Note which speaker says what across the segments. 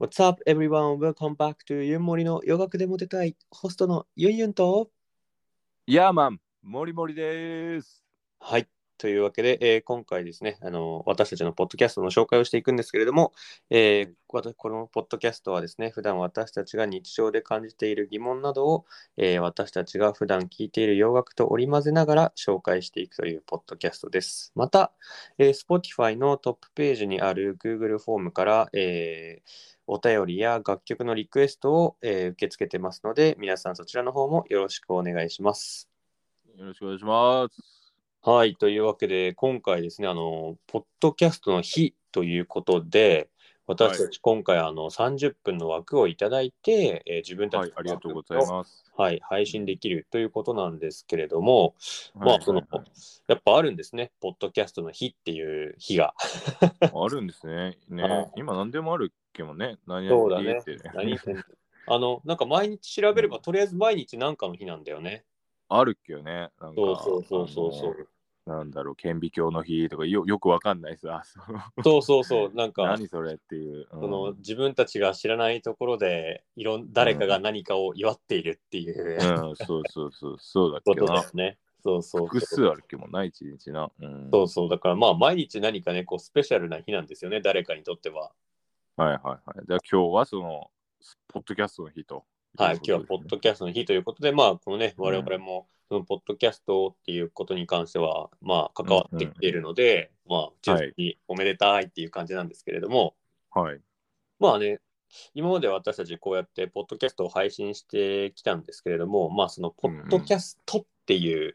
Speaker 1: What's up, everyone? Welcome back to ユンモリの洋楽でモテたいホストのユンユンと。
Speaker 2: ヤーマン、もりもりです。
Speaker 1: はい。というわけで、えー今回ですね、あの私たちのポッドキャストの紹介をしていくんですけれども、えーわたこのポッドキャストはですね、普段私たちが日常で感じている疑問などを、えー私たちが普段聞いている洋楽と織り交ぜながら紹介していくというポッドキャストです。また、えー Spotify のトップページにある Google フォームから、えーお便りや楽曲のリクエストを、えー受け付けてますので、皆さんそちらの方もよろしくお願いします。
Speaker 2: よろしくお願いします。
Speaker 1: はい、というわけで、今回ですね、あの、ポッドキャストの日ということで、私たち今回、あの、30分の枠をいただいて、えー自分たち
Speaker 2: は
Speaker 1: の
Speaker 2: い、ありがとうございます。
Speaker 1: はい、配信できるということなんですけれども、ま
Speaker 2: は
Speaker 1: あ
Speaker 2: い、
Speaker 1: その、やっぱあるんですね、ポッドキャストの日っていう日 が。
Speaker 2: あるんですね。
Speaker 1: はい
Speaker 2: ね、今何でもあるっけもね。何
Speaker 1: そう
Speaker 2: 々
Speaker 1: だ
Speaker 2: って
Speaker 1: ね
Speaker 2: 言って
Speaker 1: 何あの、なんか毎日調べれば、とりあえず毎日何かの日なんだよね。
Speaker 2: あるっけよね。なんか
Speaker 1: そうそうそうそうそう。
Speaker 2: あのなんだろう、顕微鏡の日とかよよくわかんないさ。 その
Speaker 1: そうそうそう、なんか、
Speaker 2: 何それっていう。うん
Speaker 1: その自分たちが知らないところでいろん誰かが何かを祝っているっていう、
Speaker 2: うん、そうそ うそう、そうだっ
Speaker 1: こ
Speaker 2: け
Speaker 1: とで
Speaker 2: な。
Speaker 1: すね。そうそう
Speaker 2: 複
Speaker 1: そう。
Speaker 2: 数あるっけもんな、一日な。うん、
Speaker 1: そうそうだからまあ毎日何かねこうスペシャルな日なんですよね誰かにとっては。
Speaker 2: はいはいはい。じゃあ今日はその、ポッドキャストの日と。
Speaker 1: はい、今日はポッドキャストの日ということでまあこのね我々もそのポッドキャストっていうことに関してはまあ関わってきているので、まあ純粋におめでたいっていう感じなんですけれども、
Speaker 2: はい。
Speaker 1: まあね、今まで私たちこうやってポッドキャストを配信してきたんですけれども、まあそのポッドキャストっていう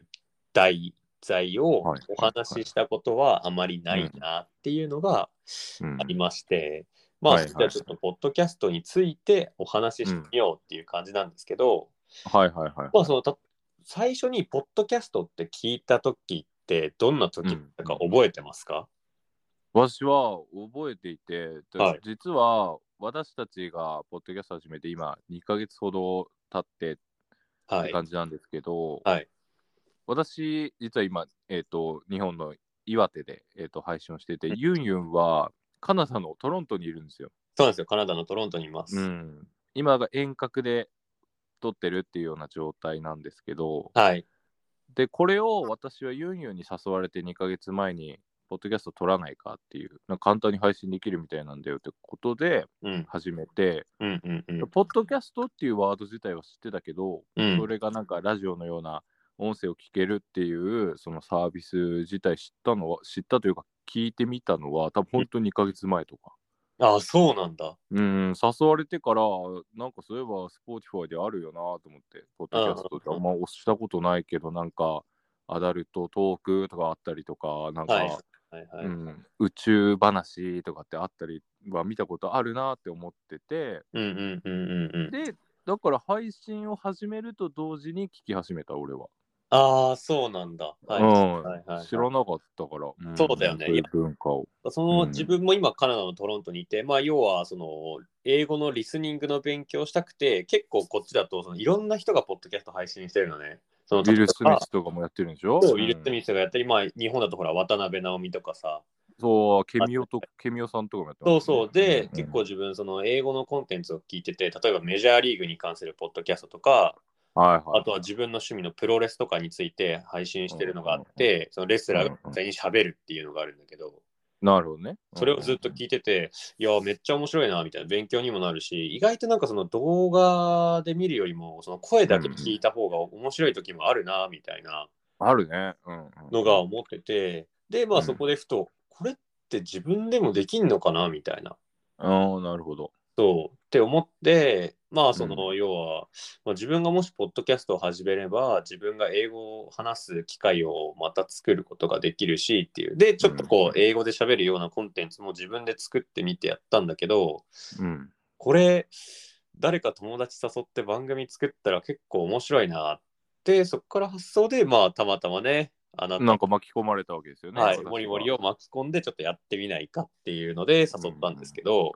Speaker 1: 題材を
Speaker 2: はい
Speaker 1: お話ししたことはあまりないなっていうのが
Speaker 2: うん
Speaker 1: ありまして、まあ
Speaker 2: はい
Speaker 1: そしたらちょっとポッドキャストについてお話ししてみようっていう感じなんですけど、
Speaker 2: はいはいはい。
Speaker 1: まあそのた最初にポッドキャストって聞いた時ってどんな時だったか覚えてますか、
Speaker 2: 私は覚えていて、と
Speaker 1: はい
Speaker 2: 実は私たちがポッドキャスト始めて今2ヶ月ほど経ってっ
Speaker 1: は
Speaker 2: て
Speaker 1: い。
Speaker 2: 感じなんですけど、
Speaker 1: はい
Speaker 2: 私実は今、えっと日本の岩手で、えっと配信をしてて、
Speaker 1: うん
Speaker 2: ユンユンはカナダのトロントにいるんですよ。
Speaker 1: そうなんですよ。カナダのトロントにいます。
Speaker 2: うん、今が遠隔で撮ってるっていうような状態なんですけど、
Speaker 1: はい。
Speaker 2: でこれを私はユンユンに誘われて2ヶ月前にポッドキャスト撮らないかっていうなんか簡単に配信できるみたいなんだよってことで
Speaker 1: うん。
Speaker 2: 始めて、
Speaker 1: うんうんうん。
Speaker 2: ポッドキャストっていうワード自体は知ってたけど、
Speaker 1: うん
Speaker 2: それがなんかラジオのような音声を聞けるっていうそのサービス自体知ったのは知ったというか聞いてみたのは多分本当に2ヶ月前とか。
Speaker 1: あそうなんだ。
Speaker 2: うん、誘われてから、なんかそういえば、スポーティファイであるよなと思って、ポッドキャストで
Speaker 1: うん
Speaker 2: あんま押したことないけど、なんか、アダルトトークとかあったりとか、なんか、
Speaker 1: はいはいはい。
Speaker 2: う
Speaker 1: うん
Speaker 2: ん、宇宙話とかってあったりは見たことあるなって思ってて、
Speaker 1: うんうんうんうん。
Speaker 2: で、だから配信を始めると同時に聞き始めた、俺は。
Speaker 1: ああ、そうなんだ。はい。
Speaker 2: うん
Speaker 1: はいはいはい
Speaker 2: 知らなかったから、ん
Speaker 1: そうだよね
Speaker 2: そういう文化を。
Speaker 1: その
Speaker 2: うん
Speaker 1: 自分も今カナダのトロントにいて、まあ要はその英語のリスニングの勉強をしたくて、結構こっちだとそのいろんな人がポッドキャスト配信してるのね。その
Speaker 2: ウィル・スミ
Speaker 1: あ
Speaker 2: スとかもやってるんでしょ
Speaker 1: そうウィル・ス
Speaker 2: うん
Speaker 1: ミスがやったり、まあ日本だとほら渡辺直美とかさ。
Speaker 2: そう、ケミオと、ケミオさんとかもやってます
Speaker 1: そ
Speaker 2: ね
Speaker 1: うそう。で、
Speaker 2: ん
Speaker 1: 結構自分その英語のコンテンツを聞いてて、例えばメジャーリーグに関するポッドキャストとか、
Speaker 2: はいはい、
Speaker 1: あとは自分の趣味のプロレスとかについて配信してるのがあって、そのレスラーが実際に喋るっていうのがあるんだけど、
Speaker 2: なるほどね。
Speaker 1: それをずっと聞いてて、いや、めっちゃ面白いな、みたいな、勉強にもなるし、意外となんかその動画で見るよりも、その声だけ聞いた方が面白い時もあるな、みたいな
Speaker 2: あるね。うんうん、
Speaker 1: のが思ってて、で、まあ
Speaker 2: うん
Speaker 1: そこでふと、これって自分でもできんのかな、みたいな。
Speaker 2: ああ、なるほど。
Speaker 1: そうって思ってまあその、
Speaker 2: う
Speaker 1: 要は、まあ、自分がもしポッドキャストを始めれば自分が英語を話す機会をまた作ることができるしっていうでちょっとこう、英語で喋るようなコンテンツも自分で作ってみてやったんだけど
Speaker 2: うん。
Speaker 1: これ誰か友達誘って番組作ったら結構面白いなってそこから発想でまあたまたまねあなた
Speaker 2: なんか巻き込まれたわけですよね。
Speaker 1: はい、
Speaker 2: 私は
Speaker 1: モリモリを巻き込んでちょっとやってみないかっていうので誘ったんですけど、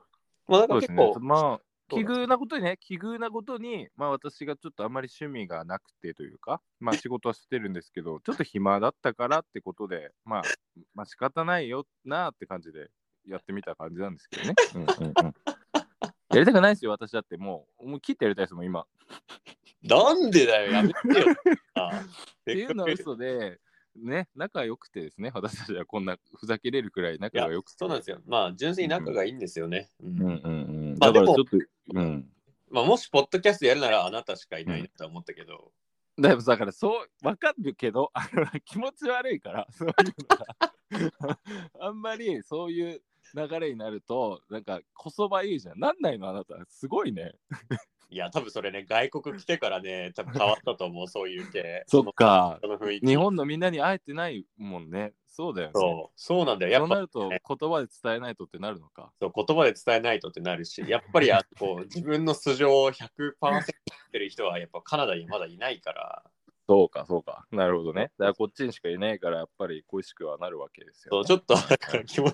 Speaker 1: まあなんか
Speaker 2: そうで
Speaker 1: 結
Speaker 2: すね
Speaker 1: 構。。
Speaker 2: まあ、
Speaker 1: そ
Speaker 2: 奇
Speaker 1: うだ
Speaker 2: 遇なことにね、奇遇なことに、まあ私がちょっとあんまり趣味がなくてというか、まあ仕事はしてるんで すけど、ちょっと暇だったからってことで、まあ、まあ仕方ないよなーって感じでやってみた感じなんですけどね。うんうんうんやりたくないですよ、私だってもう、思い切ってやりたいですもん、今。っ
Speaker 1: なんでだよ、やめて よ。ああ
Speaker 2: てい
Speaker 1: せっ
Speaker 2: うの
Speaker 1: か
Speaker 2: は
Speaker 1: く
Speaker 2: 嘘で、ね、仲良くてですね、私たちはこんなふざけれるくらい仲が良くて。
Speaker 1: そうなんですよ。まあ、純粋に仲がいいんですよね。うん
Speaker 2: うんうんうん。
Speaker 1: まあ
Speaker 2: だからち
Speaker 1: でも
Speaker 2: ょっと、うん。
Speaker 1: まあ、もし、ポッドキャストやるなら、あなたしかいないなとは思ったけど、
Speaker 2: だいぶだからそう分かるけどあの気持ち悪いから そういうのが あんまりそういう流れになるとなんかこそばいいじゃんなんないのあなたすごいね
Speaker 1: いや、多分それね、外国来てからね、多分変わったと思う、そういう系。
Speaker 2: そっか
Speaker 1: その雰囲気。
Speaker 2: 日本のみんなに会えてないもんねそうだよね
Speaker 1: そうそうなんだよ。や
Speaker 2: そ
Speaker 1: っ
Speaker 2: うな
Speaker 1: ぱ
Speaker 2: ると言葉で伝えないとってなるのか
Speaker 1: そう言葉で伝えないとってなるし、やっぱりあこ う自分の素性を100%持ってる人は、やっぱカナダにまだいないから、
Speaker 2: そうかそうかなるほどねだからこっちにしかいないからやっぱり恋しくはなるわけです
Speaker 1: そ
Speaker 2: よ、
Speaker 1: う
Speaker 2: ね、
Speaker 1: ちょっとなんか気持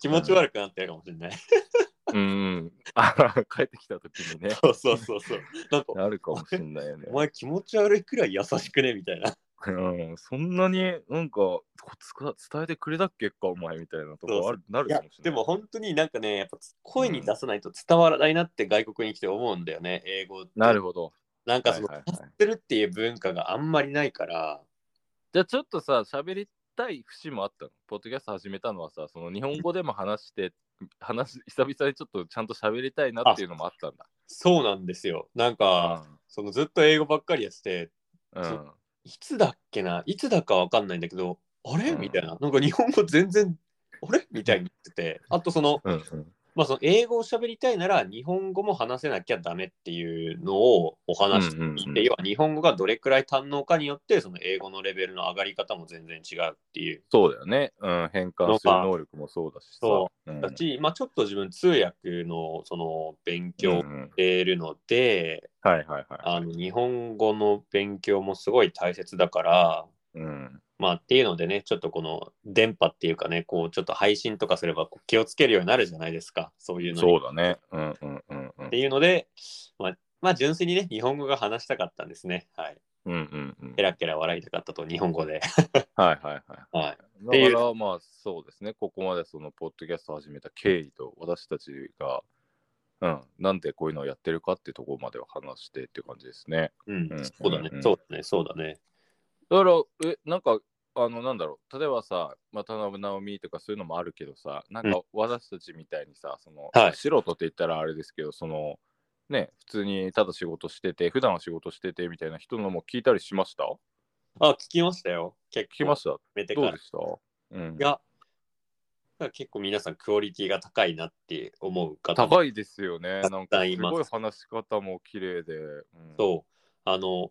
Speaker 1: 気持ち悪くなってるかもしれない。
Speaker 2: うんうんあ帰ってきた時にね
Speaker 1: そうそうそうそう。なんか、
Speaker 2: なるかもしんないよね
Speaker 1: お前気持ち悪いくらい優しくねみたいな。
Speaker 2: うん、そんなになんかこつか伝えてくれたっけかお前みたいな
Speaker 1: そ
Speaker 2: と
Speaker 1: うそ
Speaker 2: こ
Speaker 1: う
Speaker 2: あるな
Speaker 1: い
Speaker 2: るか
Speaker 1: や
Speaker 2: もしれない。
Speaker 1: でも本当になんかね、やっぱ声に出さないと伝わらないなって外国に来て思うんだよね、英語って。
Speaker 2: なるほど。
Speaker 1: なんかその、
Speaker 2: はい
Speaker 1: 伝
Speaker 2: は
Speaker 1: わ
Speaker 2: いはい
Speaker 1: ってるっていう文化があんまりないから、
Speaker 2: じゃあちょっとさ喋りたい節もあったの。ポッドキャスト始めたのはさその日本語でも話して話す久々にちょっとちゃんと喋りたいなっていうのもあったんだ。
Speaker 1: そうなんですよ。なんか、そのずっと英語ばっかりやってて、
Speaker 2: うん、
Speaker 1: そ
Speaker 2: うん
Speaker 1: いつだっけないつだかわかんないんだけど、あれ
Speaker 2: うん
Speaker 1: みたいな。なんか日本語全然、あれみたいに言ってて。あとその、
Speaker 2: うんうん
Speaker 1: まあその英語を喋りたいなら日本語も話せなきゃダメっていうのをお話しして、
Speaker 2: うんうんうん
Speaker 1: 要は日本語がどれくらい堪能かによって、その英語のレベルの上がり方も全然違うっていう。
Speaker 2: そうだよね、うん。変換する能力もそうだしさ。
Speaker 1: そ
Speaker 2: うん
Speaker 1: だし、まあちょっと自分通訳のその勉強を
Speaker 2: うんうん
Speaker 1: しているので、
Speaker 2: はいはいはい。
Speaker 1: あの日本語の勉強もすごい大切だから、
Speaker 2: うん、
Speaker 1: まあっていうのでね、ちょっとこの電波っていうかね、こうちょっと配信とかすればこう気をつけるようになるじゃないですか、そういうのに
Speaker 2: そうだね。うんうんうんうん
Speaker 1: っていうので、まあ、まあ純粋にね、日本語が話したかったんですね。はい。
Speaker 2: うんうんうん
Speaker 1: ケ。ラケラ笑いたかったと、日本語で。
Speaker 2: はいはいは
Speaker 1: は
Speaker 2: い。
Speaker 1: い。
Speaker 2: だ
Speaker 1: っ
Speaker 2: か
Speaker 1: ていう
Speaker 2: らまあそうですね、ここまでそのポッドキャストを始めた経緯と私たちが、うん、なんでこういうのをやってるかってところまでは話してっていう感じですね。
Speaker 1: うん
Speaker 2: うん。
Speaker 1: そうだね
Speaker 2: う。ん
Speaker 1: そうだね。そうだね。
Speaker 2: だから、え、なんか、あの、なんだろう、例えばさ、まあ、田辺直美とかそういうのもあるけどさ、なん
Speaker 1: う
Speaker 2: か私たちみたいにさ、その、
Speaker 1: はい
Speaker 2: 素人って言ったらあれですけど、その、ね、普通にただ仕事してて、普段は仕事しててみたいな人のも聞いたりしました聞
Speaker 1: あ、聞きましたよ。結構。
Speaker 2: きま
Speaker 1: し
Speaker 2: した
Speaker 1: めてか
Speaker 2: どう
Speaker 1: ら。
Speaker 2: で
Speaker 1: い
Speaker 2: したうん、
Speaker 1: や、結構皆さんクオリティが高いなって思う方も
Speaker 2: 高いですよね。なんかすごい話し方も綺麗で。うん
Speaker 1: そう。あの、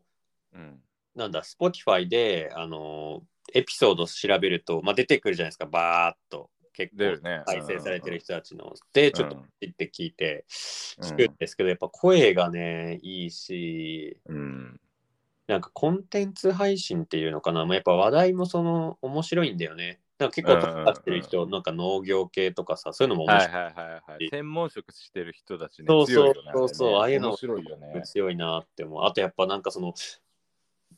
Speaker 2: うん。
Speaker 1: なんだ、Spotify で、あの、エピソード調べると、まあ、出てくるじゃないですか、バーっと。結
Speaker 2: 出
Speaker 1: 構
Speaker 2: るね。
Speaker 1: 再生されてる人たちの。で、ちょっと
Speaker 2: うん
Speaker 1: ピッて聞いて、
Speaker 2: うん
Speaker 1: 聞くんですけど、やっぱ声がね、いいし、
Speaker 2: うん。うん。
Speaker 1: なんかコンテンツ配信っていうのかな、もうやっぱ話題もその面白いんだよね。なんか結構
Speaker 2: うんうんうん
Speaker 1: 立ってる人、なんか農業系とかさ、そういうのも面
Speaker 2: はい
Speaker 1: 白い。
Speaker 2: はいはいはい。専門職してる人たちね。
Speaker 1: そうそう
Speaker 2: 強いよね
Speaker 1: そうそう、ああ
Speaker 2: れ
Speaker 1: い
Speaker 2: ね
Speaker 1: うの
Speaker 2: 面白いよね。
Speaker 1: 強いなって思う。あとやっぱなんかその、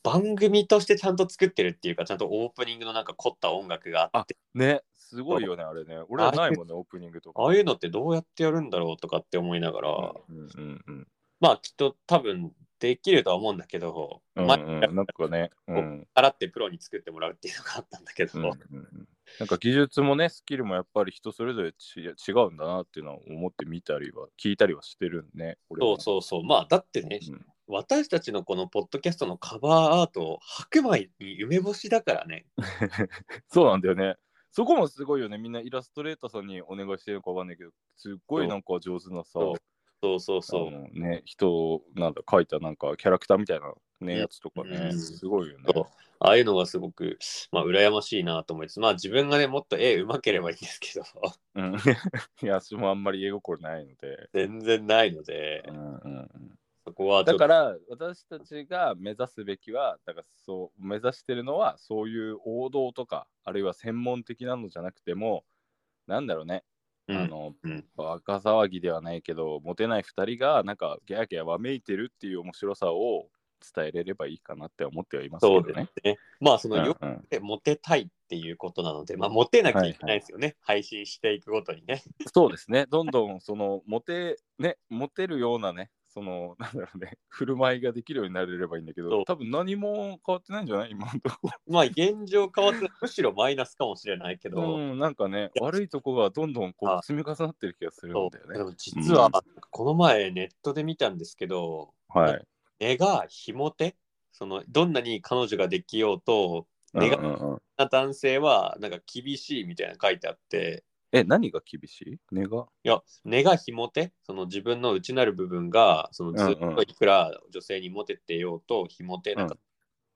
Speaker 1: 番組としてちゃんと作ってるっていうか、ちゃんとオープニングのなんか凝った音楽があって、
Speaker 2: ね、すごいよね、あれね。俺はないもんね、オープニングとか。
Speaker 1: ああいうのってどうやってやるんだろうとかって思いながら、
Speaker 2: うんうんうん。
Speaker 1: まあきっと多分できるとは思うんだけど、
Speaker 2: うん
Speaker 1: ま
Speaker 2: うんなんかね、うん。
Speaker 1: 洗ってプロに作ってもらうっていうのがあったんだけど、
Speaker 2: うんうんうんなんか技術もね、スキルもやっぱり人それぞれち違うんだなっていうのは思ってみたりは、聞いたりはしてるね。俺
Speaker 1: そ
Speaker 2: も
Speaker 1: うそうそうまあだってね、
Speaker 2: うん
Speaker 1: 私たちのこのポッドキャストのカバーアート白米に梅干しだからね
Speaker 2: そうなんだよね。そこもすごいよね。みんなイラストレーターさんにお願いしてるのかわかんないけど、すっごいなんか上手なさ、
Speaker 1: そうそうそう
Speaker 2: あ
Speaker 1: そう
Speaker 2: のね、人をなんだ、描いたなんかキャラクターみたいな、ね
Speaker 1: うん
Speaker 2: やつとかね、
Speaker 1: うん
Speaker 2: すごいよね。
Speaker 1: そうああいうのがすごくまあ羨ましいなと思いつつまあ自分がねもっと絵うまければいいんですけど
Speaker 2: うん いや、私もあんまり絵心ないので。
Speaker 1: 全然ないので
Speaker 2: うんうんうん
Speaker 1: そこはちょ
Speaker 2: だ
Speaker 1: っと
Speaker 2: から私たちが目指すべきはだからそう目指してるのはそういう王道とかあるいは専門的なのじゃなくてもなんだろうね
Speaker 1: うん
Speaker 2: あの、
Speaker 1: うん
Speaker 2: バカ騒ぎではないけどモテない2人がなんかギャーギャーわめいてるっていう面白さを伝えれればいいかなって思ってはいます
Speaker 1: そ
Speaker 2: け
Speaker 1: うで
Speaker 2: ど
Speaker 1: す
Speaker 2: ね
Speaker 1: ね。。まあ、その
Speaker 2: うん
Speaker 1: よ
Speaker 2: うん
Speaker 1: でモテたいっていうことなので、まあ、モテなきゃいけないですよね、配信していくごとにね。
Speaker 2: そうですね。どんどんそのモテねモテるようなねそのなんだろうね振る舞いができるようになれればいいんだけ
Speaker 1: そう
Speaker 2: ど、多分何も変わってないんじゃない今のとこ
Speaker 1: まあ、現状変わってむしろマイナスかもしれないけど、
Speaker 2: ろ。うんなんかね悪いとこがどんどんこ
Speaker 1: あ
Speaker 2: う積み重なってる気がするんだよ
Speaker 1: で
Speaker 2: ね。
Speaker 1: も実は、この前ネットで見たんですけど、
Speaker 2: はい。
Speaker 1: 根がひも手そのどんなに彼女ができようと、
Speaker 2: うん
Speaker 1: 根
Speaker 2: う
Speaker 1: が
Speaker 2: んうん。
Speaker 1: 男性はなんか厳しいみたいなの書いてあって、
Speaker 2: え何が厳しい？根が。
Speaker 1: いや、根がひも手その自分の内なる部分が、そのずっ
Speaker 2: うんうん
Speaker 1: といくら女性にモテてようと、ひも手なんか、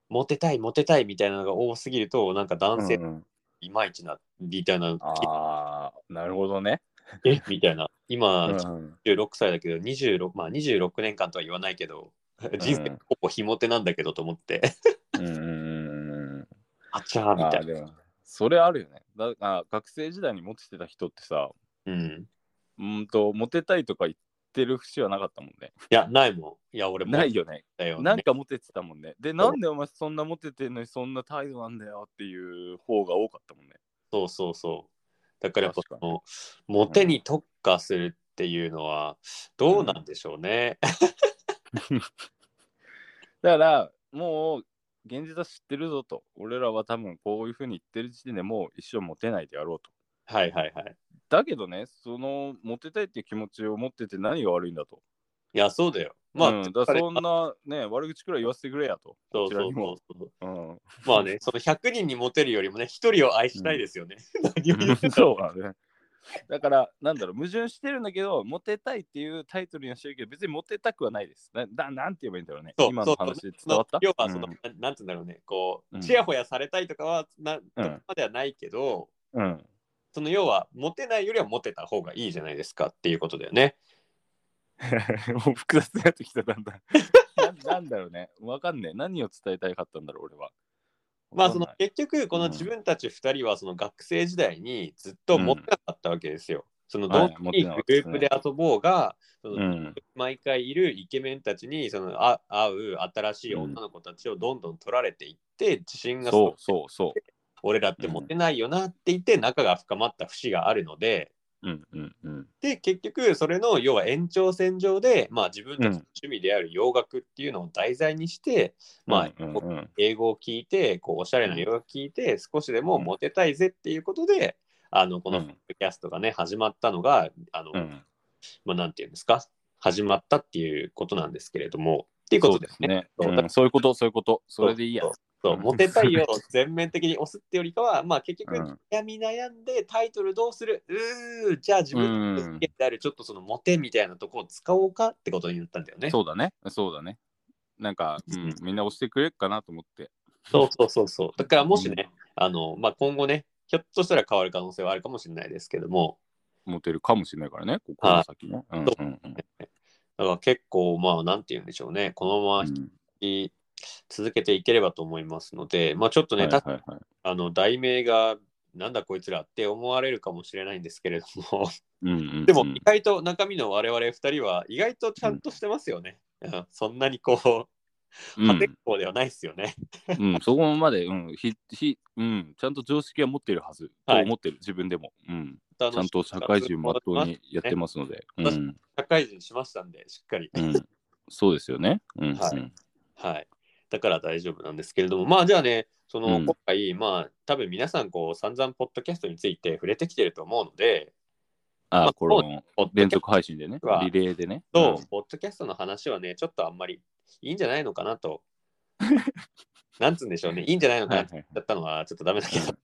Speaker 1: モテたい、モテたいみたいなのが多すぎると、なんか男性
Speaker 2: うんうん
Speaker 1: いまいちな、みたいな、
Speaker 2: ああなるほどね。
Speaker 1: え みたいな。今、
Speaker 2: うんうん
Speaker 1: 26歳だけど、26、まあ26年間とは言わないけど、人生ほぼひも手なんだけどと思って、
Speaker 2: うんうんうんうん うん。
Speaker 1: あちゃーみ
Speaker 2: あ
Speaker 1: た
Speaker 2: ー
Speaker 1: いな。
Speaker 2: でもそれあるよね。だあ学生時代にモテてた人ってさ、
Speaker 1: うん。
Speaker 2: うーんとモテたいとか言ってる節はなかったもんね。
Speaker 1: いや、ないもん。いや、俺も
Speaker 2: ないよね。
Speaker 1: だよ、ね。
Speaker 2: なんかモテてたもんね。で、なんでお前そんなモテてんのにそんな態度なんだよっていう方が多かったもんね。
Speaker 1: そうそうそう。だからやっぱ
Speaker 2: 確かに
Speaker 1: その、モテに特化するっていうのは、どうなんでしょうね。
Speaker 2: だから、もう現実は知ってるぞと。俺らは多分こういうふうに言ってる時点でもう一生モテないでやろうと。
Speaker 1: はいはいはい。
Speaker 2: だけどね、そのモテたいっていう気持ちを持ってて何が悪いんだと。
Speaker 1: いや、そうだよ。まあ、
Speaker 2: うん、だからそんなね、悪口くらい言わせてくれやと。
Speaker 1: そう
Speaker 2: こち
Speaker 1: そ
Speaker 2: ら
Speaker 1: う
Speaker 2: にも。
Speaker 1: そうそう。
Speaker 2: うん
Speaker 1: まあね、その100人にモテるよりもね、1人を愛したいですよね。 何を言ってたの
Speaker 2: そうだね。だから、なんだろう、矛盾してるんだけど、モテたいっていうタイトルにはしてるけど、別にモテたくはないです。なななんて言えばいいんだろうね。
Speaker 1: そう
Speaker 2: 今
Speaker 1: そ
Speaker 2: の
Speaker 1: う
Speaker 2: 話伝わった
Speaker 1: 要はその、
Speaker 2: うん
Speaker 1: ななんて言うんだろうね、こ
Speaker 2: う
Speaker 1: う、
Speaker 2: ん
Speaker 1: ちやほやされたいとかは、な、と
Speaker 2: うん
Speaker 1: まではないけど、
Speaker 2: うん
Speaker 1: その要は、モテないよりはモテた方がいいじゃないですかっていうことだよね。
Speaker 2: もう複雑になってきた、だんだん。 ななんだろうね。わかんねえ。何を伝えたいかったんだろう、俺は。
Speaker 1: まあその
Speaker 2: わかんない
Speaker 1: 結局この自分たち2人はその学生時代にずっと持ってなかったわけですよ。そのどんなにグループで遊ぼうが、その
Speaker 2: うん、
Speaker 1: 毎回いるイケメンたちにそのあ会う新しい女の子たちをどんどん取られていって、自信が
Speaker 2: そうそうそ
Speaker 1: 俺らってモテないよなって言って仲が深まった節があるので、
Speaker 2: う。うんうんうん。
Speaker 1: で結局それの要は延長線上で、まあ、自分たちの趣味である洋楽っていうのを題材にして、まあ、
Speaker 2: うんうんうん
Speaker 1: 英語を聞いてこうおしゃれな洋楽を聞いて少しでもモテたいぜっていうことで、あのこの
Speaker 2: うん
Speaker 1: ポッドキャストがね始まったのがあの、
Speaker 2: うん
Speaker 1: まあ、なんていうんですか始まったっていうことなんですけれどもっていうこ
Speaker 2: そ
Speaker 1: と
Speaker 2: う
Speaker 1: で
Speaker 2: ですす
Speaker 1: ね。
Speaker 2: ね、うんそういうこと、そういうこと。それでいいや
Speaker 1: そう。そうモテたいを全面的に押すってよりか は、まあ、結局
Speaker 2: うん
Speaker 1: 悩み悩んでタイトルどうするうーじゃあ自分の好きであるちょっとそのモテみたいなとこを使おうかってことになったんだよね。
Speaker 2: そうだね。そうだね。なんか、うん、みんな押してくれるかなと思って。
Speaker 1: そうそうそうそう。だからもしね、あの、まあ、今後ね、ひょっとしたら変わる可能性はあるかもしれないですけども、
Speaker 2: モテるかもしれないからね、ここの先も。うんうんうん
Speaker 1: だから結構、まあ、なんて言うんでしょうね、このまま引き続けていければと思いますので、まあ、ちょっと
Speaker 2: うんは
Speaker 1: ね、
Speaker 2: い
Speaker 1: た
Speaker 2: はいはい
Speaker 1: あの、題名が、なんだこいつらって思われるかもしれないんですけれども、
Speaker 2: うんうんうん
Speaker 1: でも意外と中身の我々2人は意外とちゃんとしてますよね。うんそんなにこ
Speaker 2: う
Speaker 1: う、破
Speaker 2: ん
Speaker 1: 天荒ではないですよね。
Speaker 2: うん、そこまで、うんひひうん、ちゃんと常識は持ってるはず、
Speaker 1: はい
Speaker 2: と思ってる、自分でも、うん。
Speaker 1: ち
Speaker 2: ちゃんと社会人まっとうにやってますので、うん
Speaker 1: 私社会人しましたんで、しっかり。
Speaker 2: うん、そうですよね。うん
Speaker 1: はい
Speaker 2: うん
Speaker 1: はい。だから大丈夫なんですけれども、まあじゃあね、その、
Speaker 2: うん
Speaker 1: 今回、まあ多分皆さん、こう、散々ポッドキャストについて触れてきてると思うので、ま
Speaker 2: あ
Speaker 1: あ
Speaker 2: この
Speaker 1: ポッドキャ
Speaker 2: 連続配信でね
Speaker 1: は、
Speaker 2: リレーでね。
Speaker 1: そう、ポッドキャストの話はね、ちょっとあんまりいいんじゃないのかな と。なんつうんでしょうね、いいんじゃないの
Speaker 2: ん
Speaker 1: か
Speaker 2: は
Speaker 1: ないって
Speaker 2: はい
Speaker 1: 言っちゃったのはちょっとダメだけど。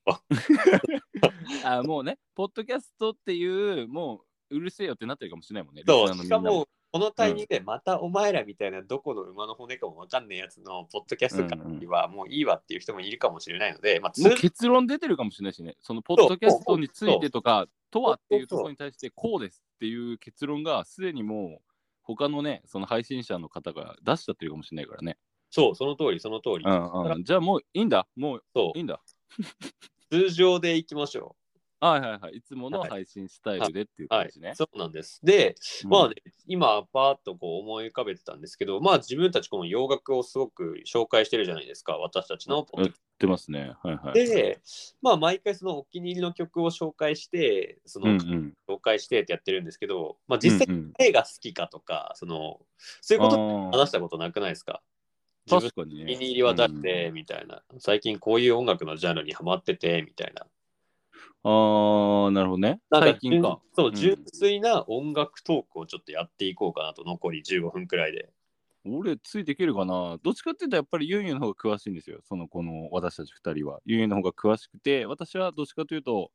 Speaker 2: あもうね、ポッドキャストっていう、もううるせえよってなってるかもしれないもんね。リス
Speaker 1: そう、
Speaker 2: ナーのみ
Speaker 1: し
Speaker 2: んな
Speaker 1: かも、このタイミングでまたお前らみたいなどこの馬の骨かもわかんないやつのポッドキャストかはもういいわっていう人もいるかもしれないので、まあ、
Speaker 2: もう
Speaker 1: 通
Speaker 2: 結論出てるかもしれないしね、そのポッドキャストについてとか、とはっていうところに対して、こうですっていう結論が、すでにもう、他のね、その配信者の方が出しちゃってるかもしれないからね。
Speaker 1: そう、その通り、その通り。
Speaker 2: うんうん、じゃあもういいんだ、もう
Speaker 1: そう
Speaker 2: いいんだ。
Speaker 1: 通常でいきましょ
Speaker 2: はいはいはい。いつもの配信スタイルでっていう
Speaker 1: は
Speaker 2: 感
Speaker 1: い
Speaker 2: じね。
Speaker 1: そうなんです。で、
Speaker 2: うん
Speaker 1: まあね、今、パーッとこう思い浮かべてたんですけど、まあ自分たちこの洋楽をすごく紹介してるじゃないですか、私たちのポッドキャスト
Speaker 2: やってますね。はいはい。
Speaker 1: で、まあ、毎回そのお気に入りの曲を紹介して、そ
Speaker 2: うんう
Speaker 1: の
Speaker 2: ん。
Speaker 1: 紹介してってやってるんですけど、まあ、実際、
Speaker 2: うん
Speaker 1: 誰が好きかとか、そのそういう
Speaker 2: うん、
Speaker 1: こと
Speaker 2: あー
Speaker 1: 話したことなくないですか自分
Speaker 2: 確かに
Speaker 1: お
Speaker 2: ね。
Speaker 1: 気に入りは誰で、みたいな、最近こういう音楽のジャンルにハマっててみたいな。
Speaker 2: うんああ、なるほどね。
Speaker 1: なん
Speaker 2: 最近か。
Speaker 1: 純そう、
Speaker 2: うん
Speaker 1: 純粋な音楽トークをちょっとやっていこうかなと、残り15分くらいで。
Speaker 2: 俺、ついていけるかなどっちかっていうと、やっぱりユンユンの方が詳しいんですよ。その、この、私たち二人は。ユンユンの方が詳しくて、私はどっちかというと、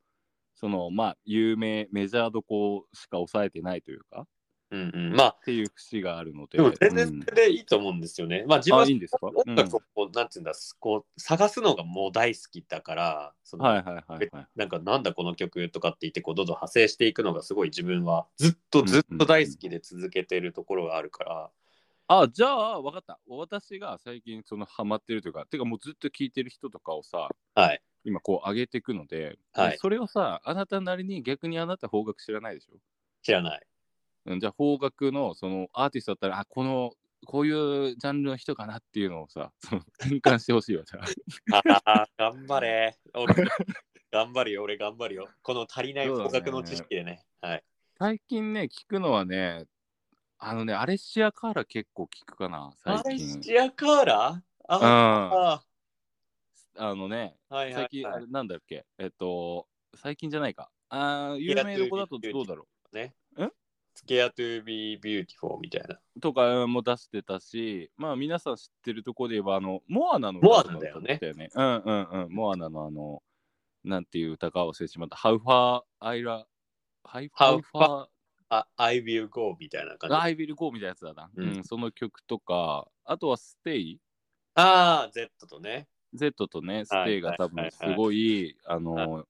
Speaker 2: その、まあ、有名、メジャーどこしか抑えてないというか、っ
Speaker 1: うんうん、まあ
Speaker 2: ていう節があるので。
Speaker 1: でも全
Speaker 2: うん
Speaker 1: 然それでいいと思うんですよね。まあ自分
Speaker 2: あ、
Speaker 1: はい
Speaker 2: いんですか
Speaker 1: 音楽をこう、なんていうんだこう探すのがもう大好きだからそ
Speaker 2: うん
Speaker 1: の、
Speaker 2: はいはいはいはい。
Speaker 1: なんかなんだこの曲とかって言ってこうどんどん派生していくのがすごい自分はずっとずっと大好きで続けてるところがあるから、
Speaker 2: あ、じゃあ、わかった。私が最近、その、ハマってるというか、てか、もうずっと聴いてる人とかをさ、
Speaker 1: はい
Speaker 2: 今、こう、上げていくので、
Speaker 1: はい
Speaker 2: それをさ、あなたなりに、逆にあなた、方角知らないでしょ
Speaker 1: 知ら ない
Speaker 2: うん、じゃあ方角のそのアーティストだったらあこのこういうジャンルの人かなっていうのをさその変換してほしいわじゃあ
Speaker 1: ああ頑張れ俺 頑張るよ俺頑張るよこの足りない
Speaker 2: そうだ
Speaker 1: 方
Speaker 2: ね
Speaker 1: 角の知識でねはい
Speaker 2: 最近ね聞くのはねあのねアレシアカーラ結構聞くかな
Speaker 1: ア
Speaker 2: 最
Speaker 1: レ
Speaker 2: 近
Speaker 1: シアカーラ
Speaker 2: うん
Speaker 1: あ、
Speaker 2: あ
Speaker 1: あ
Speaker 2: のね
Speaker 1: はいは
Speaker 2: 最
Speaker 1: い、
Speaker 2: 近
Speaker 1: は
Speaker 2: あ
Speaker 1: い
Speaker 2: れなんだっけえっと最近じゃないかあー有名どこだとどうだろ
Speaker 1: スケアトゥービービューティフォーみたいな
Speaker 2: うとかも出してたしまあ皆さん知ってるとこで言えばあのモアナの
Speaker 1: モア
Speaker 2: と
Speaker 1: ナ
Speaker 2: か
Speaker 1: だよ
Speaker 2: 歌
Speaker 1: ね
Speaker 2: ったよねうんうんうんモアナのあのなんていう歌か忘れてしまったハウファーアイラハイフ
Speaker 1: ハ
Speaker 2: ァ
Speaker 1: ウ
Speaker 2: ー
Speaker 1: ファあ I will go みたいな感じ
Speaker 2: アイビルゴーみたいなやつだな、
Speaker 1: う
Speaker 2: うんんその曲とかあとはステイ
Speaker 1: ああ Z とね
Speaker 2: Z とねス
Speaker 1: はい
Speaker 2: テイが多
Speaker 1: はい
Speaker 2: 分すごい、あの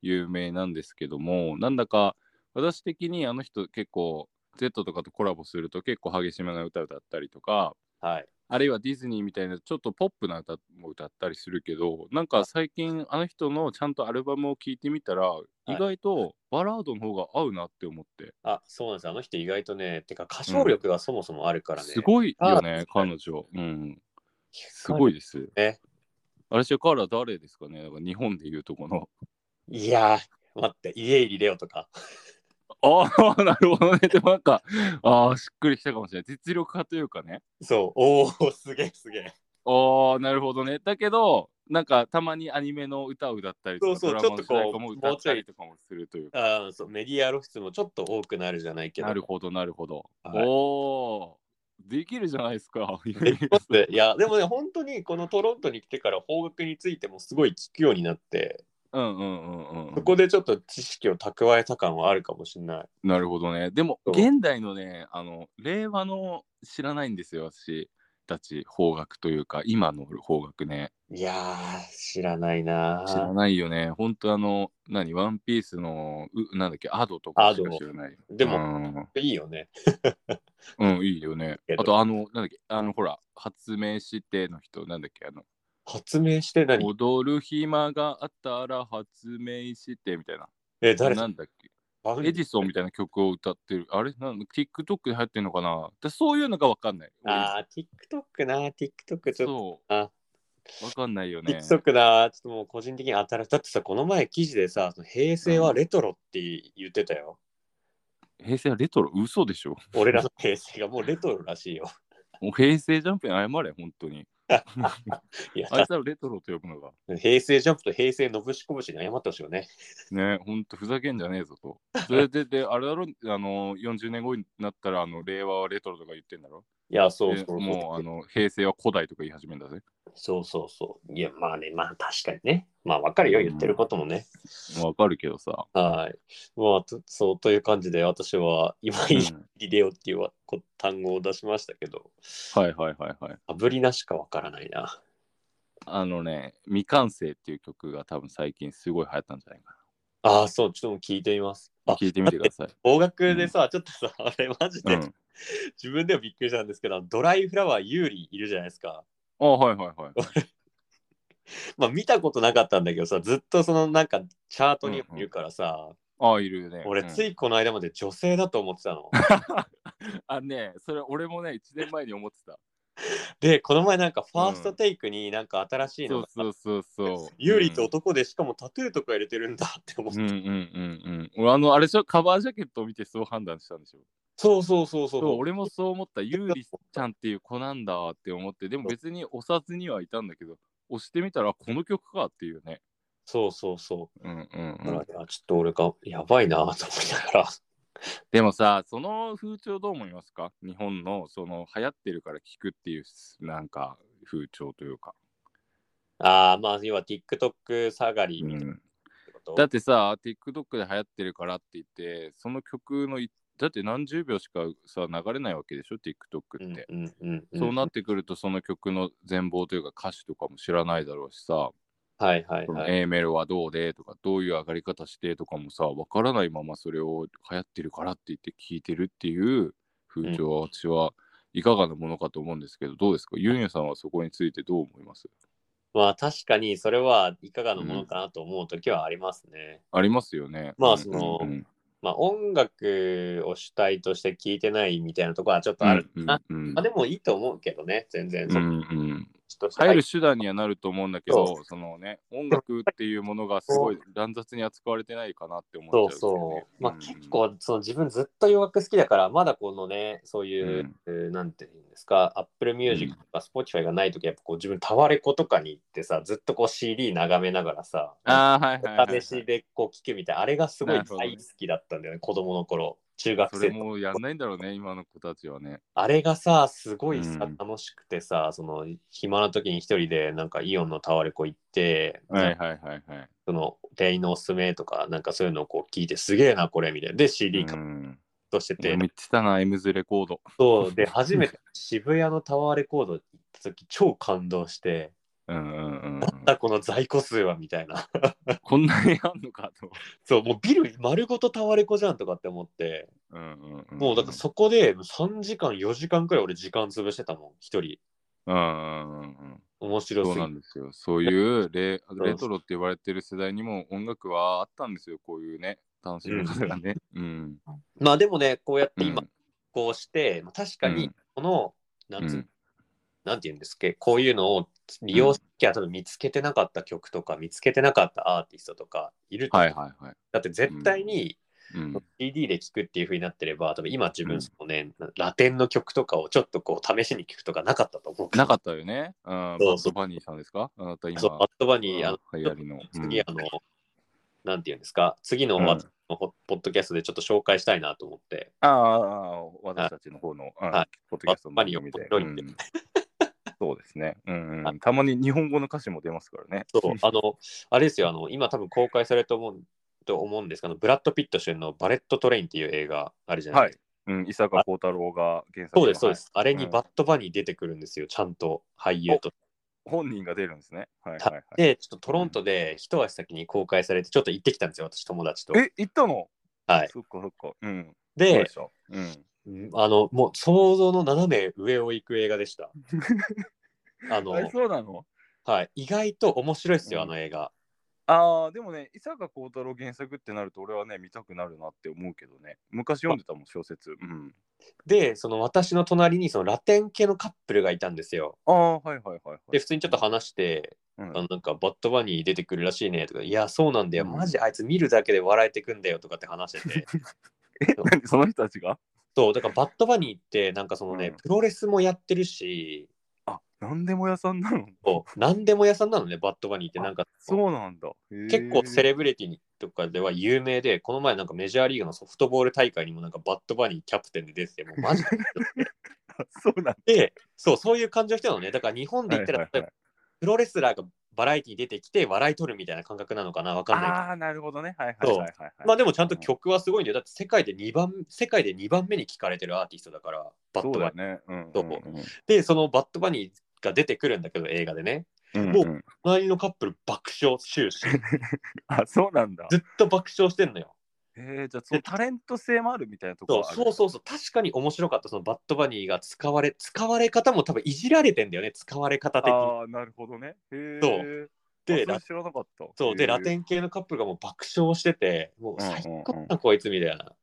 Speaker 2: 有名なんですけどもなんだか私的にあの人結構 Z とかとコラボすると結構激しめな歌歌ったりとか
Speaker 1: はい
Speaker 2: あるいはディズニーみたいなちょっとポップな歌も歌ったりするけどなんか最近あの人のちゃんとアルバムを聴いてみたら
Speaker 1: い
Speaker 2: 意外とバラードの方が合うなって思って、
Speaker 1: あそうなんですあの人意外とねてか歌唱力がそもそもあるからね、
Speaker 2: すごいよね
Speaker 1: あ
Speaker 2: 彼女うんすごいです。
Speaker 1: ね
Speaker 2: あれしカーラ誰ですかねなんか日本でいうとこの。
Speaker 1: いやー、待って、家入りレオとか。
Speaker 2: あ あ、なるほどね。でもなんか、ああ、しっくりきたかもしれない。実力派というかね。
Speaker 1: そう、おお、 すげえ、すげえ。
Speaker 2: ああ、なるほどね。だけど、なんかたまにアニメの歌を歌ったりとか、
Speaker 1: そうそう
Speaker 2: ドラマの
Speaker 1: ちょっとこう
Speaker 2: 主題歌も歌ったりとかもするというか。
Speaker 1: あーそうメディア露出もちょっと多くなるじゃないけど。
Speaker 2: なるほど、なるほど。
Speaker 1: はい
Speaker 2: おお、できるじゃないですか。
Speaker 1: で待っていや、でもね、本当にこのトロントに来てから方角についてもすごい聞くようになって、
Speaker 2: うんうんうんう
Speaker 1: そ
Speaker 2: ん。
Speaker 1: こでちょっと知識を蓄えた感はあるかもしれない。
Speaker 2: なるほどね。でも、
Speaker 1: そう
Speaker 2: 現代のね、あの、令和の知らないんですよ、私たち、方角というか、今の方角ね。
Speaker 1: いやー、知らないな
Speaker 2: 知ら
Speaker 1: ー。
Speaker 2: ないよね。ほんとあの、何、ワンピースの、うなんだっけ、アドとかしか
Speaker 1: アド
Speaker 2: 知らないよ。
Speaker 1: でいいよね。
Speaker 2: うん、うん、いいよね
Speaker 1: け。ど
Speaker 2: あと、あの、なんだっけ、あの、ほら、発明しての人、なんだっけ、あの、
Speaker 1: 発明して何
Speaker 2: 踊る暇があったら発明してみたいな。
Speaker 1: え、誰
Speaker 2: なんだっけ、
Speaker 1: あの
Speaker 2: エジソンみたいな曲を歌ってる。あれなん ?TikTok で流行ってるのかなだそういうのがわかんない。
Speaker 1: あー、TikTok な、TikTok ちょっと。
Speaker 2: そ
Speaker 1: あ
Speaker 2: う、わかんないよね。
Speaker 1: TikTok だ、ちょっともう個人的に当たる。だってさ、この前記事でさ、その平成はレトロって言ってたよ。
Speaker 2: 平成はレトロ、嘘でしょ。
Speaker 1: 俺らの平成がもうレトロらしいよ。
Speaker 2: もう平成ジャンプに謝れ、本当に。
Speaker 1: いや、
Speaker 2: あいつらをレトロと呼ぶのが。
Speaker 1: 平成ジャンプと平成のぶしこぶしに謝ってほしいよね。
Speaker 2: ねほんとふざけんじゃねえぞと。それで、で、あれだろ、あの、40年後になったら、あの、令和はレトロとか言ってんだろ。
Speaker 1: いや、そうそうそう。
Speaker 2: でもう、あの、平成は古代とか言い始めんだぜ。
Speaker 1: そうそうそう。いや、まあね、まあ確かにね。まあわかるよ、言ってることもね。
Speaker 2: わかるけどさ。
Speaker 1: はい。まあ、とそう、という感じで私は今、
Speaker 2: う
Speaker 1: い
Speaker 2: ん
Speaker 1: いリレオっていうわこ単語を出しましたけど、
Speaker 2: はいはいはいはい。
Speaker 1: あぶりなしかわからないな。
Speaker 2: あのね、未完成っていう曲が多分最近すごい流行ったんじゃないか
Speaker 1: ああ、そう、ちょっと聞いてみます。
Speaker 2: な。
Speaker 1: あ、
Speaker 2: 聞いてみてください。
Speaker 1: 方角でさ、ちょっとさ、あれマジ
Speaker 2: う
Speaker 1: で、
Speaker 2: ん。
Speaker 1: 自分でもびっくりしたんですけど、ドライフラワー有利いるじゃないですか。
Speaker 2: あ、はいはいはい。
Speaker 1: まあ見たことなかったんだけどさ、ずっとそのなんかチャートに
Speaker 2: うんうん
Speaker 1: いるからさ、
Speaker 2: ああ、いるよね。
Speaker 1: 俺
Speaker 2: うん
Speaker 1: ついこの間まで女性だと思ってた の。
Speaker 2: あね、それ俺もね、1年前に思ってた。
Speaker 1: で、この前なんかファーストテイクになんか新しい
Speaker 2: そ
Speaker 1: の
Speaker 2: う
Speaker 1: が、
Speaker 2: そうそうそう。
Speaker 1: ユーリと男でしかもタトゥーとか入れてるんだって思っ
Speaker 2: う
Speaker 1: て、
Speaker 2: んうんうんうんうん。俺あの、あれでしょ、カバージャケットを見てそう判断したんでしょ。
Speaker 1: そうそうそうそ
Speaker 2: そうう
Speaker 1: そう。
Speaker 2: 俺もそう思った。ゆうりちゃんっていう子なんだって思って、でも別に押さずにはいたんだけど、押してみたらこの曲かっていうね。
Speaker 1: そうそうそう。
Speaker 2: うんうん
Speaker 1: だ
Speaker 2: う
Speaker 1: から、
Speaker 2: ん
Speaker 1: いやちょっと俺がやばいなと思いながら。
Speaker 2: でもさ、その風潮どう思いますか日本のその流行ってるから聞くっていうなんか風潮というか。
Speaker 1: ああ、まあ、要は TikTok 下がり
Speaker 2: う
Speaker 1: みたいなんこと。
Speaker 2: だってさ、TikTok で流行ってるからって言って、その曲のい、だって何十秒しかさ、流れないわけでしょ、
Speaker 1: う
Speaker 2: TikTok っ
Speaker 1: ん
Speaker 2: て。
Speaker 1: うんうんうん、
Speaker 2: そうなってくると、その曲の全貌というか歌詞とかも知らないだろうしさ、
Speaker 1: はいはい
Speaker 2: その
Speaker 1: はい。
Speaker 2: A メロはどうでとか、どういう上がり方してとかもさ、わからないままそれを流行ってるからって言って聞いてるっていう風潮は私はいかがなものかと思うんですけど、どうですかユンユさんはそこについてどう思います
Speaker 1: まあ確かにそれはいかがなものかなと思う時はありますね。
Speaker 2: ありますよね。
Speaker 1: まあその
Speaker 2: うんうん
Speaker 1: まあ音楽を主体として聴いてないみたいなところはちょっとあるな。
Speaker 2: うんうんうん
Speaker 1: まあでもいいと思うけどね、全然。
Speaker 2: う
Speaker 1: そ
Speaker 2: んうん
Speaker 1: ちょっと
Speaker 2: 入
Speaker 1: 入
Speaker 2: る手段にはなると思うんだけ
Speaker 1: そ
Speaker 2: ど、そのね、音楽っていうものがすごい乱雑に扱われてないかなって思っちゃ
Speaker 1: そううん
Speaker 2: ですよ
Speaker 1: そ
Speaker 2: ね、
Speaker 1: う。まあ
Speaker 2: ん
Speaker 1: 結、構その自分ずっと洋楽好きだから、まだこのね、そういう、なんていうんですか、Apple Music とか Spotify がない時やっぱこう自分タワレコとかに行ってさ、ずっとこう CD 眺めながらさ、
Speaker 2: ああ、はいはいはい、は
Speaker 1: お試し
Speaker 2: い。
Speaker 1: でこう聞くみたいな、あれがすごい
Speaker 2: なるほどね
Speaker 1: 大好きだったんだよね、子供の頃、中学
Speaker 2: そ
Speaker 1: 生
Speaker 2: れ
Speaker 1: の頃
Speaker 2: もうやんないんだろうね、今の子たちはね。
Speaker 1: あれがさ、すごいさ
Speaker 2: うん、
Speaker 1: 楽しくてさ、その暇な時に一人でなんかイオンのタワレコ行って、
Speaker 2: はいはいはいはい。
Speaker 1: その店員のおすすめとか、なんかそういうのをこう聞いて、すげえな、これみたいな。で、CD カッ
Speaker 2: うん
Speaker 1: トしてて、
Speaker 2: 俺も言ってたな、エムズレコード。
Speaker 1: そう、で、初めて渋谷のタワーレコード行った時、超感動して、
Speaker 2: うんうんうん
Speaker 1: な、んだこの在庫数はみたいな。
Speaker 2: こんなにあんのかと。
Speaker 1: そう、もうビル丸ごとタワーレコじゃんとかって思って。
Speaker 2: うんうんうん、
Speaker 1: もうだからそこで3時間4時間くらい俺時間潰してたもん一人
Speaker 2: うんうんうんうん
Speaker 1: 面白
Speaker 2: そう
Speaker 1: すぎ
Speaker 2: なんですよ。そういうレ
Speaker 1: う
Speaker 2: レトロって言われてる世代にも音楽はあったんですよ、こういうね、楽しみ方がね。うん。
Speaker 1: まあでもねこうやって
Speaker 2: うん
Speaker 1: 今、こうして、まあ確か
Speaker 2: う
Speaker 1: に
Speaker 2: ん
Speaker 1: この、なんつ
Speaker 2: うん
Speaker 1: なんて言うんですっけこういうのを利用しなきゃ多分見つけてなかった曲とか見つけてなかったアーティストとかいると、
Speaker 2: はいはいはい。
Speaker 1: だって絶対に
Speaker 2: うん、
Speaker 1: CD で聴くっていう風になってれば多分今自
Speaker 2: う
Speaker 1: 分
Speaker 2: ん
Speaker 1: そのね、ラテンの曲とかをちょっとこう試しに聴くとかなかったと思う
Speaker 2: な
Speaker 1: っ
Speaker 2: かったよね。うん、バ
Speaker 1: そう
Speaker 2: ッドバニーさんですかあなた今。
Speaker 1: そうバッドバニーあの
Speaker 2: うん流行りの。
Speaker 1: 次、あの、なんて言うんですか、次の
Speaker 2: うん
Speaker 1: 私のポポッドキャストでちょっと紹介したいなと思って、
Speaker 2: ああああ、私たちの方の、うん
Speaker 1: はい
Speaker 2: ポッドキャストの番組
Speaker 1: バ
Speaker 2: で
Speaker 1: ッ。ドバニーを
Speaker 2: うんそうですね、うんうん。たまに日本語の歌詞も出ますからね。
Speaker 1: そう、あの、あれですよ、あの、今多分公開されると思う。と思うんですけど、ブラッド・ピット主演のバレット・トレインっていう映画あるじゃない
Speaker 2: は
Speaker 1: で
Speaker 2: い
Speaker 1: すか。。
Speaker 2: うん、伊坂幸太郎が原作の
Speaker 1: そうです、そうです。あれ
Speaker 2: う
Speaker 1: に
Speaker 2: ん
Speaker 1: バッド・バニー出てくるんですよ、ちゃんと俳優と。
Speaker 2: はい本人が出るんですね。はいはいはい。
Speaker 1: で、ちょっとトロントで一足先に公開されて、ちょっと行ってきたんですよ、私、友達と。
Speaker 2: え、行ったの
Speaker 1: はい。
Speaker 2: そっかそっか。うん。そう
Speaker 1: で
Speaker 2: で、しょ。うん。
Speaker 1: うんあの、もう想像の斜め上を行く映画で した。あの、
Speaker 2: え、そうなの
Speaker 1: はい。意外と面白いですよ、
Speaker 2: うん
Speaker 1: あの映画。
Speaker 2: ああ、でもね、伊坂幸太郎原作ってなると、俺はね、見たくなるなって思うけどね。昔読んでたもん、小説。うん。
Speaker 1: で、その私の隣にそのラテン系のカップルがいたんですよ。
Speaker 2: ああ、はいはいはい、はい。
Speaker 1: で、普通にちょっと話して、
Speaker 2: うん、
Speaker 1: あのなんか、バッドバニー出てくるらしいねとか、いや、そうなんだよ、
Speaker 2: うん
Speaker 1: マジあいつ見るだけで笑えてくんだよとかって話して て、
Speaker 2: 何その人たちが
Speaker 1: そう、だからバッドバニーって、なんかそのね、
Speaker 2: うん
Speaker 1: プロレスもやってるし、
Speaker 2: あ、なんでも屋さんなの
Speaker 1: そう何でも屋さんなのね、バッドバニーって、なんか、
Speaker 2: そうなんだ。へー
Speaker 1: 結構セレブリティとかでは有名で、この前なんかメジャーリーグのソフトボール大会にもなんかバッドバニーキャプテンで出てて、もうマジ
Speaker 2: そうなんだ。
Speaker 1: で、そう、そういう感じの人なのね。だから日本で言ったら、
Speaker 2: はい
Speaker 1: 例え
Speaker 2: はい
Speaker 1: ば
Speaker 2: はい
Speaker 1: プロレスラーがバラエティに出てきて笑い取るみたいな感覚なのかなわかんないけど。
Speaker 2: ああ、なるほどね。はいはいはいはい、はい。
Speaker 1: まあでもちゃんと曲はすごいんだよ。だって世界で2番、世界で2番目に聞かれてるアーティストだから、バッ
Speaker 2: そう
Speaker 1: ト
Speaker 2: だ
Speaker 1: バ
Speaker 2: よ
Speaker 1: ニー。
Speaker 2: ね。うんうん、
Speaker 1: ど
Speaker 2: う。
Speaker 1: うんもで、そのバットバニーが出てくるんだけど、映画でね。
Speaker 2: うん
Speaker 1: もう
Speaker 2: うん
Speaker 1: 隣のカップル爆笑終 始。
Speaker 2: あ、そうなんだ。
Speaker 1: ずっと爆笑してんのよ。
Speaker 2: えー、じゃあ、そのタレント性もあるみたいなとこ
Speaker 1: そ
Speaker 2: ろ
Speaker 1: う
Speaker 2: はある
Speaker 1: そうそうそう。確かに面白かった、そのバットバニーが使われ、使われ方も多分いじられてんだよね。使われ方的に。
Speaker 2: ああ、なるほどね。へえ。
Speaker 1: そうで
Speaker 2: あ
Speaker 1: ラ
Speaker 2: それ知らなかった。
Speaker 1: そうでラテ
Speaker 2: ン、
Speaker 1: ン系のカップルがもう爆笑しててもう最高
Speaker 2: うんうん
Speaker 1: だなこいつみたいな、
Speaker 2: うんうんうん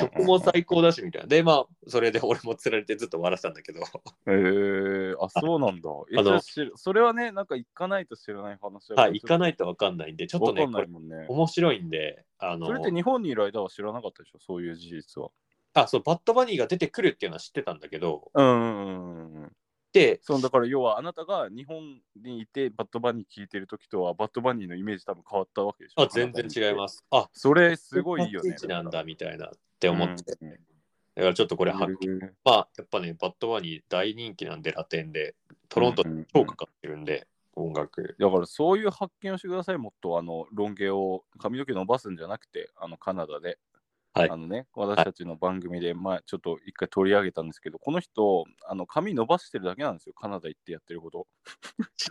Speaker 1: 曲も最高だしみたいなでまあそれで俺も釣られてずっと笑ってたんだけど
Speaker 2: へえあ、そうなんだ。え
Speaker 1: あの
Speaker 2: じゃあ知るそれはね、なんか行かないと知らない話だ
Speaker 1: はい行か
Speaker 2: い。
Speaker 1: ないと分かんないんでち
Speaker 2: ち
Speaker 1: ょ
Speaker 2: ょ
Speaker 1: っ
Speaker 2: っと
Speaker 1: と
Speaker 2: ね、
Speaker 1: ね
Speaker 2: わかん
Speaker 1: こ
Speaker 2: な
Speaker 1: れ
Speaker 2: いもんね。
Speaker 1: 面白いんであの
Speaker 2: それって日本にいる間は知らなかったでしょ、そういう事実は。
Speaker 1: あそうバッドバニーが出てくるっていうのは知ってたんだけど
Speaker 2: うんうんうんうん。
Speaker 1: で
Speaker 2: そうだから要はあなたが日本にいてバッドバニー聞いてる時とはバッドバニーのイメージ多分変わったわけでしょ。
Speaker 1: あ全然違いますすあ
Speaker 2: それすごいいいよね
Speaker 1: こ。んな立ち位置なんだみたいなって思って、
Speaker 2: うん
Speaker 1: だからちょっとこれは、
Speaker 2: うん
Speaker 1: まあ、やっぱねバッドバニー大人気なんでラテンでトロント
Speaker 2: うんうんうん
Speaker 1: 超かかってるんで、音楽
Speaker 2: だからそういう発見をしてください、もっとあのロン毛を髪の毛伸ばすんじゃなくて、あのカナダで、
Speaker 1: はい
Speaker 2: あのね、私たちの番組で、まあ、ちょっと一回取り上げたんですけど、この人、あの髪伸ばしてるだけなんですよ、カナダ行ってやってること。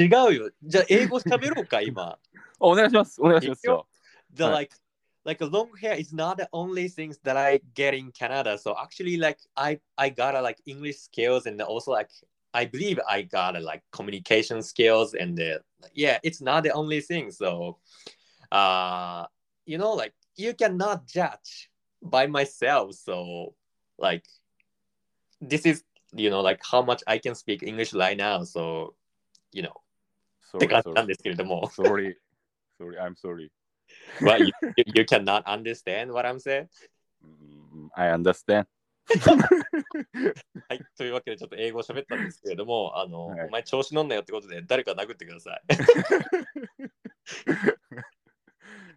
Speaker 1: 違うよじゃあ英語喋ろうか今
Speaker 2: あお願いします、お願いしますよ。
Speaker 1: the
Speaker 2: Right.
Speaker 1: like like a long hair is not the only things that I get in Canada. So actually like I I gotta like English skills and also like I believe I gotta like communication skills and uh, yeah, it's not the only thing. So uh you know like you cannot judge by myself. So like this is you know like how much I can speak English right now. So you know っ
Speaker 2: そ
Speaker 1: て感じなんですけれども
Speaker 2: Sorry, sorry, I'm sorry.
Speaker 1: but you, you you cannot understand what I'm saying.
Speaker 2: うん I understand.
Speaker 1: はい、というわけでちょっと英語を喋ったんですけれども、あの、
Speaker 2: はい
Speaker 1: お前調子乗んなよってことで誰か殴ってください。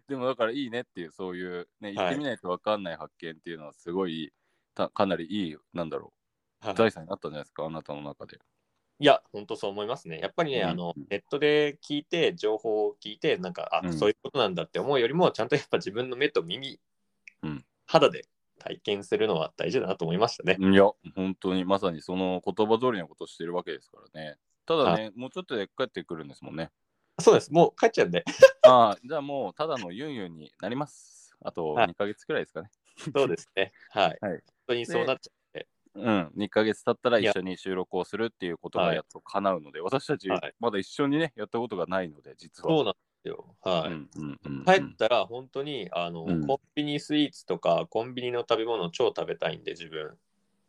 Speaker 2: でもだからいいねっていう、そういう、ね、行ってみないと分かんない発見っていうのは、すごい、たかなりいい、なんだろ
Speaker 1: は
Speaker 2: う、
Speaker 1: い
Speaker 2: 財産になったんじゃないですか、あなたの中で。
Speaker 1: いや、本当そう思いますね。やっぱりね、
Speaker 2: うん
Speaker 1: あのネットで聞いて、情報を聞いて、なんか、あ、
Speaker 2: うん
Speaker 1: そういうことなんだって思うよりも、ちゃんとやっぱ自分の目と耳、
Speaker 2: うん
Speaker 1: 肌で体験するのは大事だなと思いましたね。
Speaker 2: いや、本当にまさにその言葉通りのことをしてるわけですからね。ただね、もうちょっとで帰ってくるんですもん ね。
Speaker 1: そうです、もう帰っちゃうん で、
Speaker 2: ああ、じゃあもうただのユンユンになります。あと
Speaker 1: はい
Speaker 2: 2ヶ月くらいですかね。
Speaker 1: そうですね。はい。
Speaker 2: はい
Speaker 1: 本当にそうなっちゃ
Speaker 2: うん、2ヶ月経ったら一緒に収録をするっていうことが
Speaker 1: はい
Speaker 2: やっと叶うので、私たち
Speaker 1: はい
Speaker 2: まだ一緒にね、やったことがないので、実
Speaker 1: う。
Speaker 2: は。
Speaker 1: そうなんですよ。はい。
Speaker 2: うんうんうんうん
Speaker 1: 帰ったら本当にあの、
Speaker 2: うん
Speaker 1: コンビニスイーツとかコンビニの食べ物を超食べたいんで自分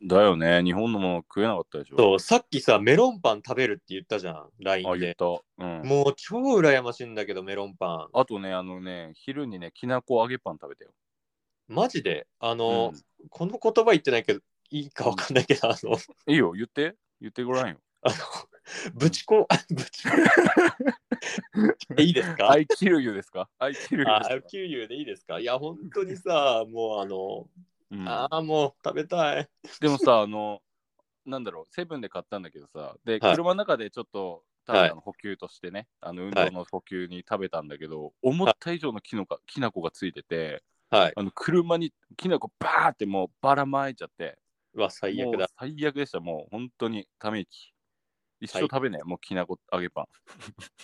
Speaker 2: だよね、日本のもの食えなかったでしょ。
Speaker 1: そうさっきさメロンパン食べるって言ったじゃん
Speaker 2: あ、
Speaker 1: LINE
Speaker 2: 言っ
Speaker 1: で
Speaker 2: た。うん。
Speaker 1: もう超羨ましいんだけどメロンパン
Speaker 2: あとね、あのね、昼にね、きなこ揚げパン食べたよ。
Speaker 1: マジであの
Speaker 2: う、
Speaker 1: この言葉言ってないけどいいかわかんないけどあの
Speaker 2: ん、いいよ、言って、言ってごらんよ。
Speaker 1: あのぶちこ ぶちこいいですか
Speaker 2: I kill you で すか ?I kill you
Speaker 1: あ
Speaker 2: ですか
Speaker 1: 給油でいいですかいや本当にさもうあの、
Speaker 2: うん
Speaker 1: ああもう食べたい
Speaker 2: でもさ、あの、なんだろう、セブンで買ったんだけどさ、で、
Speaker 1: はい
Speaker 2: 車の中でちょっと、ただの補給としてね、あの運動の補給に食べたんだけど、思った以上のきのかきなこがついてて、
Speaker 1: はい
Speaker 2: あの車にきなこバーってもうばらまいちゃって、
Speaker 1: うわ最悪
Speaker 2: もう
Speaker 1: だ
Speaker 2: 最悪でした、もう本当にため息。一生食べない、もうきなこ揚げパ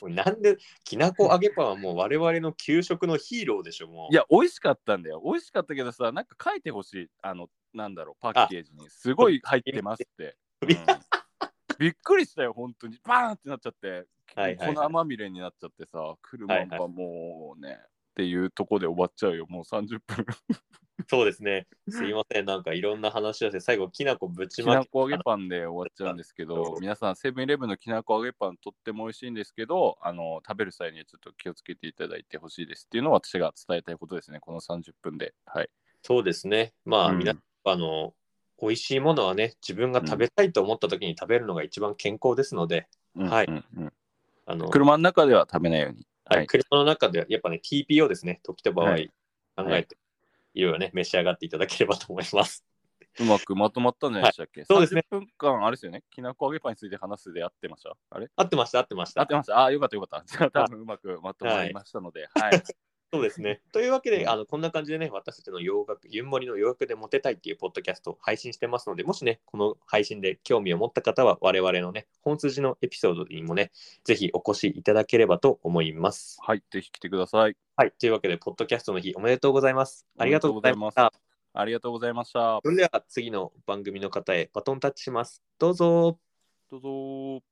Speaker 2: ン。
Speaker 1: なんできなこ揚げパンはもう我々の給食のヒーローでしょもう
Speaker 2: いや、美味しかったんだよ。美味しかったけどさ、なんか書いてほしい、あの、なんだろう、パッケージに。すごい入ってますって。
Speaker 1: 飛び
Speaker 2: うんびっくりしたよ、本当に。バーンってなっちゃって、
Speaker 1: はいはいはい
Speaker 2: 粉まみれになっちゃってさ、車
Speaker 1: はいは
Speaker 2: がもうね、っていうとこで終わっちゃうよ、もう30分。
Speaker 1: そうです ねすいませんなんかいろんな話をして最後きなこぶち
Speaker 2: き
Speaker 1: ま
Speaker 2: な
Speaker 1: け
Speaker 2: こ揚げパンで終わっちゃうんですけど、皆さん、セブンイレブンのきなこ揚げパンとっても美味しいんですけど、あの食べる際にはちょっと気をつけていただいてほしいですっていうのは私が伝えたいことですね、この30分で。はい。
Speaker 1: そうですねまあ、
Speaker 2: うん
Speaker 1: 皆さんあの美味しいものはね自分が食べたいと思った時に食べるのが一番健康ですので、
Speaker 2: うん
Speaker 1: はい
Speaker 2: うんうん
Speaker 1: あの
Speaker 2: 車の中では食べないように。
Speaker 1: はい
Speaker 2: はい
Speaker 1: 車の中でやっぱね TPO ですね時と場合、
Speaker 2: はい
Speaker 1: 考えていろいろね召し上がっていただければと思います
Speaker 2: うまくまとまったんじゃないでしたっけ、
Speaker 1: そうですね。
Speaker 2: 30分間、あれですよね。きなこ揚げパンについて話すで合ってましたあれ
Speaker 1: 合ってました合ってました
Speaker 2: 合ってました。ああ、よかったよかった。じ ゃあ、多分うまくまとまりましたので、はい。
Speaker 1: そうですね。と いうわけ
Speaker 2: う
Speaker 1: で、
Speaker 2: ん
Speaker 1: あのこんな感じでね、私たちの洋楽、ゆんもりの洋楽でモテたいっていうポッドキャストを配信してますので、もしね、この配信で興味を持った方は、我々のね、本筋のエピソードにもね、ぜひお越しいただければと思います。
Speaker 2: はい、ぜひ来てください。
Speaker 1: はい。というわけで、ポッドキャストの日、おめでとうございます。ありがとうございました。
Speaker 2: ありがとうございました
Speaker 1: そ。れでは、次の番組の方へバトンタッチします。どうぞ。
Speaker 2: どうぞー。